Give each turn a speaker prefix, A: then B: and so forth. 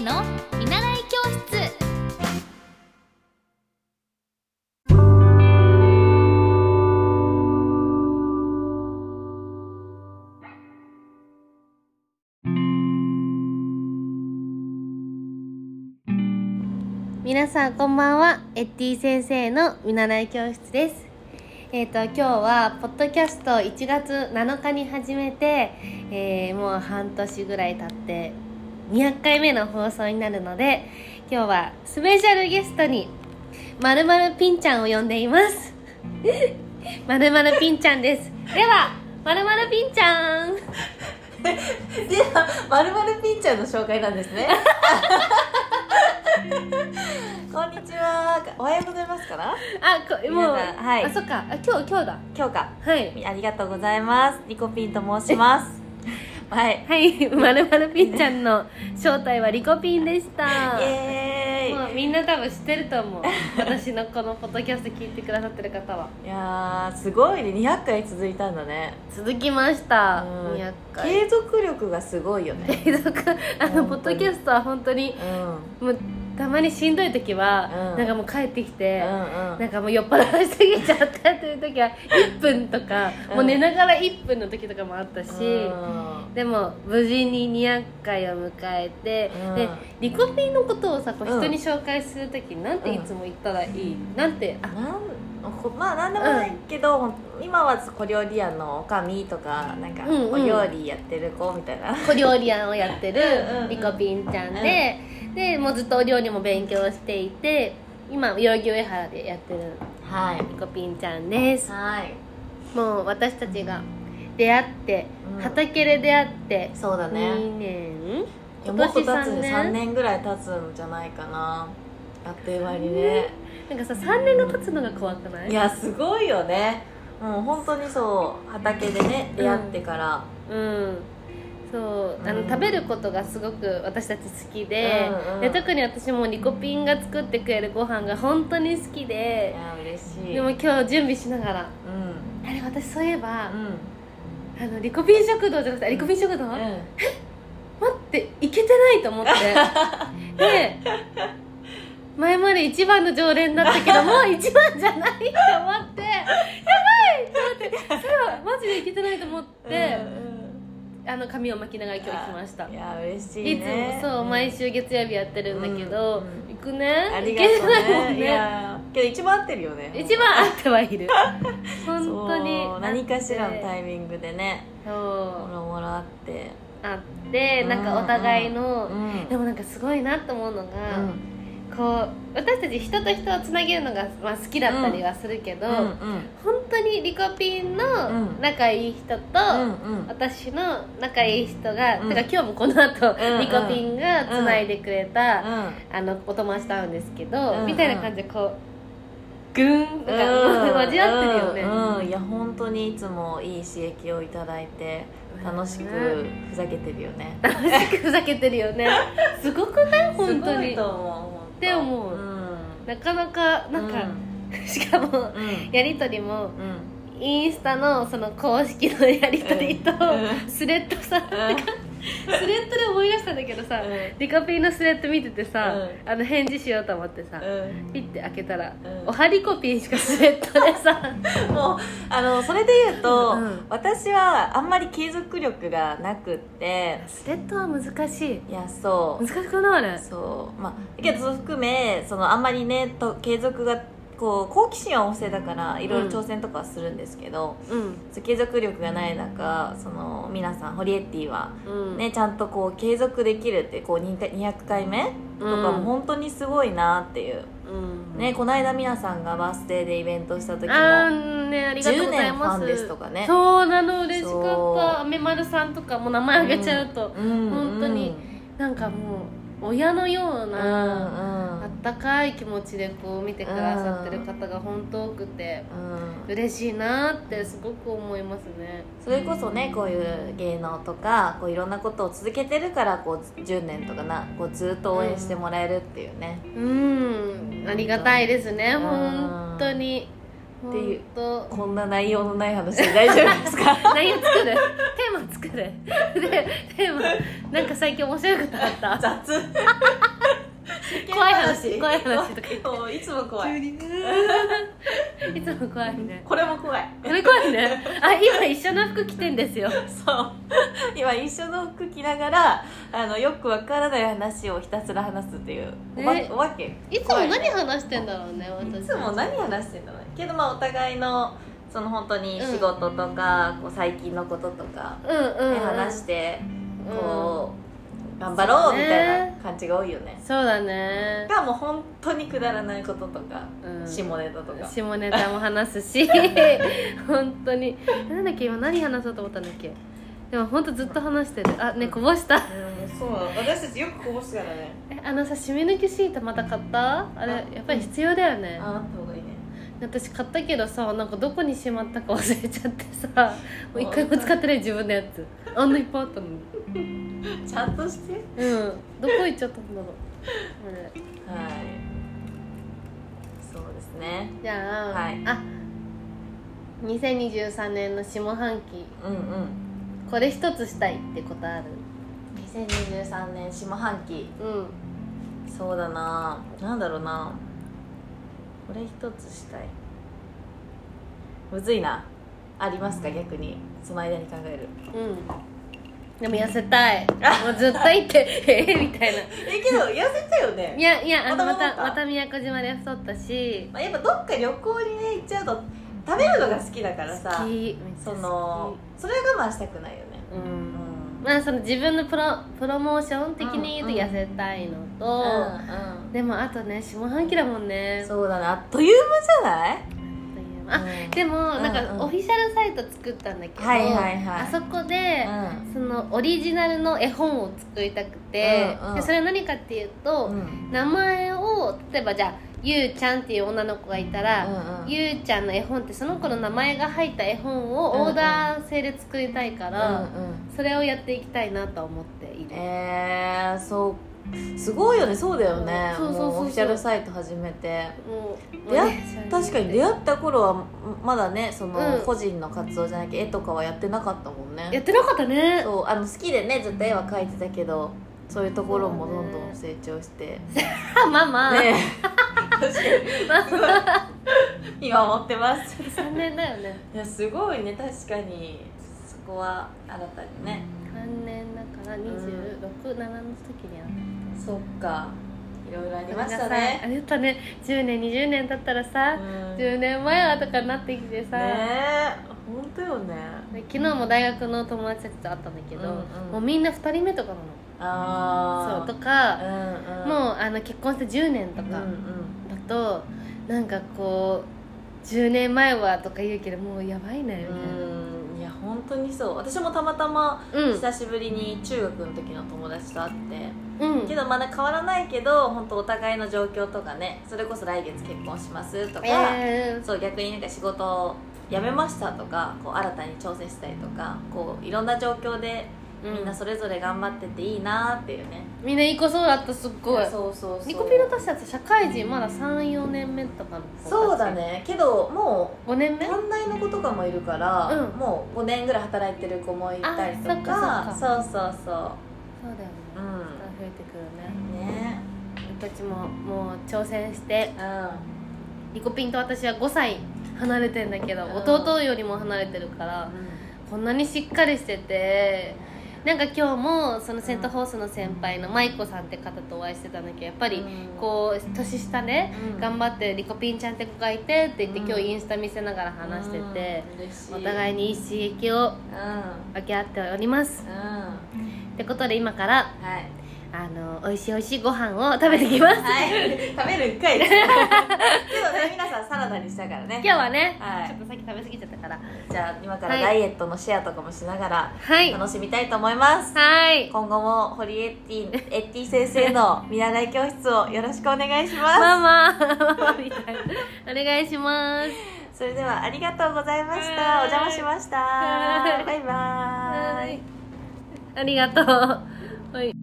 A: の見習い教室
B: 皆さんこんばんはエッティ先生の見習い教室ですえっ、と今日はポッドキャスト1月7日に始めて、えーもう半年ぐらい経って200回目の放送になるので今日はスペシャルゲストにまるまるピンちゃんを呼んでいます まるまるピンちゃんですではまるまるピンちゃん
C: では、 まるまるピンちゃんの紹介なんですね。 こんにちは。おはようございますかな。
B: あこもう、
C: 皆さんはい
B: あそっかあ今日今日だ
C: 今日か。
B: はい
C: ありがとうございます。リコピンと申します。はい。
B: はい、まるまるピンちゃんの正体はリコピンでした。
C: イエー
B: もうみんな多分知ってると思う。私のこのポッドキャスト聞いてくださってる方は。
C: イ。いやー、すごいね。200回続いたんだね。
B: 続きました。
C: うん
B: 200回。
C: 継続力がすごいよね。
B: 継続、あの、ポ
C: 本当
B: ッ
C: に
B: ドキャストは本当に
C: う、ん。うん
B: もう、たまにしんどい時は、
C: うん
B: なんかもう帰ってきて、
C: うん
B: なんかもう酔っ払いすぎちゃったという時は1分とか、
C: うん
B: もう寝ながら1分の時とかもあったし、
C: うん
B: でも無事に200回を迎えて、
C: うん
B: でリコピンのことをさこう
C: う
B: 人
C: ん
B: に紹介するとき、なんていつも言ったらいい、なんてあ
C: なんこまあなんでもないけど、今は小料理屋のおかみとかなんか
B: うんうん
C: お料理やってる子みたいな、
B: 小料理屋をやってる
C: うんうんうん
B: リコピンちゃんで、でもうずっとお料理も勉強していて今代々木上原でやってる
C: はい
B: リコピンちゃんです
C: はい
B: もう私たちが出会って、
C: うん
B: 畑で出会って
C: そうだね
B: 2年
C: いやもっと経つ
B: 今年三年
C: 3年ぐらい経つんじゃないかなあっという間にね
B: なんかさ3年が経つのが怖くない
C: いやすごいよねもう本当にそう畑でね出会ってから、
B: うんそうあの、
C: うん
B: 食べることがすごく私たち好きで,、
C: うんうん
B: で特に私もリコピンが作ってくれるご飯が本当に好きで
C: いや嬉しい
B: でも今日準備しながら
C: うん
B: あれ私そういえば
C: う、ん
B: あのリコピン食堂じゃなくてあリコピン食堂、
C: う
B: 待
C: ん
B: っていけてないと思って で前まで一番の常連だったけど もう一番じゃないって思ってやばいって思ってそれはマジでいけてないと思って、
C: うん
B: あの髪を巻きながら今日来ました
C: いや嬉しい
B: いつ
C: ね
B: もそう毎週月曜日やってるんだけど、
C: うんうん
B: 行くね
C: あ
B: 行
C: り
B: け
C: がと
B: て
C: う
B: ないも
C: ね
B: ん
C: い
B: ね
C: やけど一番合ってるよね
B: 一番あってはい る本当
C: そ
B: に
C: う何かしらのタ
B: イ
C: イミングでね
B: プ
C: もろもろあって
B: あってなんかお互いの、
C: うん
B: でもなんかすごいなと思うのが、
C: うん
B: こう私たち人と人をつなげるのが、まあ、好きだったりはするけど、
C: うんうん
B: 本当にリコピンの
C: うん
B: 仲いい人と、
C: うんうん
B: 私の仲いい人が、
C: うん
B: てか今日もこの後、
C: うんうん
B: リコピンがつないでくれた、あのお友達と会うんですけど、
C: うんうん
B: みたいな感じでこうグーンとか、
C: う ん
B: 交わってるよね、
C: うんうんいや本当にいつもいい刺激をいただいて楽しくふざけてるよね
B: 楽しく ふざけてるよねすごくない本当に
C: すごいと思う
B: って思うなかなかなんか、 しかも
C: うん
B: やり取りも
C: うん
B: インスタのその公式のやり取りと、
C: うん
B: スレッドさ、
C: うん
B: スレッドで思い出したんだけどさ、
C: うん
B: リカピンのスレッド見ててさ、
C: う
B: あの返事しようと思ってさ、
C: うん
B: ピッて開けたら、
C: うん
B: おはリコピンしかスレッドで さ
C: もうあのそれで言うと、
B: うん
C: 私はあんまり継続力がなくって
B: スレッドは難しい
C: いやそう
B: 難しくないあれ
C: そうまあけどそれ含めそのあんまりねと継続がこう好奇心は旺盛だからいろいろ挑戦とかはするんですけど、
B: うん
C: そう継続力がない中その皆さんホリエッティは、
B: うん
C: ね、ちゃんとこう継続できるってこうに200回目とかも本当にすごいなっていう、
B: うん
C: ねこの間皆さんがバースデーでイベントした時も
B: あーねありがとう
C: 10
B: ござい
C: 年フ
B: ま
C: ァ
B: す
C: ンですとかね
B: そうなの嬉しか
C: そ
B: っ
C: う
B: たあめまるさんとかも名前あげちゃうと、
C: うん
B: 本当になんかもう親のよう
C: うん
B: な、あ
C: うん
B: ったかい気持ちでこう見てくださってる方が本当多くて
C: うん
B: 嬉しいなってすごく思いますね
C: それこそねこういう芸能とかこういろんなことを続けてるからこう10年とかなこうずっと応援してもらえるっていうね、
B: うんありがたいですね
C: うん
B: 本当に
C: っていう
B: ほんと
C: こんな内容のない話で大丈夫ですか
B: 内容作るテーマ作るでテーマなんか最近面白いことあった
C: 雑
B: 怖い話怖い話とか言って
C: もういつも怖い
B: にね いつも怖いね
C: これも怖い
B: これ怖いねあ今一緒の服着てんですよ
C: そう今一緒の服着ながらあのよくわからない話をひたすら話すっていうおば,、
B: ね
C: おばけ
B: いつも
C: 怖
B: 何話してんだろうね私
C: いつも何話してんだろうねけどまあお互いのその本当に仕事とか、こう最近のこととか、
B: うんうん、
C: ね
B: うん、
C: 話して
B: うん
C: こう、頑張ろう
B: そうね
C: みたいな感じが多いよね
B: そうだね
C: がもう本当にくだらないこととか、
B: うん
C: 下ネタとか
B: 下ネタも話すし 本当になんだっけ今何話そうと思ったんだっけでも本当ずっと話してるあねこぼした
C: うんそう私たちよくこぼすからね
B: えあのさ染み抜きシートまた買ったあれやっぱり必要だよね
C: ああった方がいいね
B: 私買ったけどさなんかどこにしまったか忘れちゃって さもう一回も使ってない自分のやつあんないっぱいあったのに
C: ちゃんとしてはい
B: うんどこ行っちゃったんだろうあれ
C: そうですね
B: じゃあ、
C: はい
B: あ2023年の下半期
C: うんうん
B: これ一つしたいってことある
C: 2023年下半期
B: うん
C: そうだななんだろうなこれ一つしたいむずいなありますか逆にその間に考える
B: うんでも痩せた いもうずっといて えみたいな
C: え けど痩せたよね
B: いやいやあのま
C: また
B: た
C: 戻った
B: また宮古島で太ったし
C: まあ、やっぱどっか旅行にね行っちゃうと食べるのが好きだからさ
B: 好きめっちゃ
C: そ
B: 好き
C: のそれは我慢したくないよね
B: う
C: うんん
B: まあその自分のプロプロモーション的に言うと
C: うんうん
B: 痩せたいの
C: う
B: と、
C: ん
B: でもあとね下半期だもんね
C: そうだなあっという間じゃな
B: とい
C: い
B: うあ
C: うん
B: でもなん
C: うんうん
B: かオフィシャルサイト作ったんだけど、
C: はいはいはい
B: あそこで、そのオリジナルの絵本を作りたくて、
C: うんうん
B: でそれは何かっていうと、
C: うんうん
B: 名前を例えばじゃあゆうちゃんっていう女の子がいたら、
C: うんうん
B: ゆうちゃんの絵本ってその子の名前が入った絵本をオーダー制で作りたいから、
C: うんうん
B: それをやっていきたいなと思っている、
C: えー、そうすごいよねそうだよね
B: そうそうそうそう
C: もオフィシャルサイト始めて
B: もう
C: 出会っ
B: もうね
C: 確かに出会った頃はまだねその、
B: うん
C: 個人の活動じゃなきゃ絵とかはやってなかったもん
B: やっ
C: ね
B: てなかったね
C: そうあの好きでねずっと絵は描いてたけどそういうところもどんどん成長してね
B: あまあまあ、
C: 今思ってます
B: 3年だよね
C: いやすごいね確かにそこは新たにね
B: 3年だから267の時にあっ
C: そっかいろいろあ
B: た
C: りました
B: あ
C: ね
B: りがとうね10年20年経ったら
C: う
B: さ、
C: んね
B: 10年前はとかになってきてさ、
C: え本当よね
B: で昨日も大学の友達たちと会ったんだけど、
C: うんうん
B: もうみんな2人目とかなの
C: あ
B: そう
C: あ
B: と
C: う
B: か、
C: んうん
B: もうあの結婚して10年と
C: うんう
B: か
C: ん
B: だと、なんかこう10年前はとか言うけどもうやばいねみ
C: うんいや本当にそう私もたまたま
B: たいなうん
C: 久しぶりに中学の時の友達と会って、
B: うん
C: けどまだ変わらないけど本当お互いの状況とかねそれこそ来月結婚しますとか、
B: えー
C: そう逆になんか仕事を辞めましたとかこう新たに挑戦したりとかこういろんな状況で
B: うん
C: みんなそれぞれ頑張ってていいなっていうね、
B: みんないい子そうだったすっごい
C: そうそうそう
B: ニコピロ私たち社会人まだ34年目とかの子たち
C: そうだねけどもう
B: 5年目
C: 短大の子とかもいるから、
B: うん
C: もう5年ぐらい働いてる子もいたりとか
B: あそ
C: そうそうそ
B: そうだよね、
C: うう
B: 増えてくるね
C: んね
B: 私たちももう挑戦して
C: う
B: リコピンと私は5歳離れてんだけど
C: うん
B: 弟よりも離れてるからこんなにしっかりしててなんか今日もそのセントホースの先輩の舞子さんって方とお会いしてたんだけどやっぱりこう年下ね
C: うん
B: 頑張ってリコピンちゃんって子がいてって言って
C: うん
B: 今日インスタ見せながら話してて、
C: うん嬉しい
B: お互いにいい刺激を
C: うんうん
B: 分け合っております
C: は
B: ってことで今から
C: いはい
B: あの美味しい美味しいご飯を食べてきます
C: 食べる1回ですけどね皆さんサラダにしたからね
B: 今日はね、
C: はい
B: ちょっとさっき食べ過ぎちゃったから
C: じゃあ今から
B: はい
C: ダイエットのシェアとかもしながら
B: はい
C: 楽しみたいと思います、
B: はい
C: 今後もホリエッティエッティ先生の見習い教室をよろしくお願いします
B: ママママ みたいなお願いします
C: それではありがとうございました
B: は
C: お
B: い
C: 邪魔しました
B: はい
C: バイバーイ
B: ありがとうはい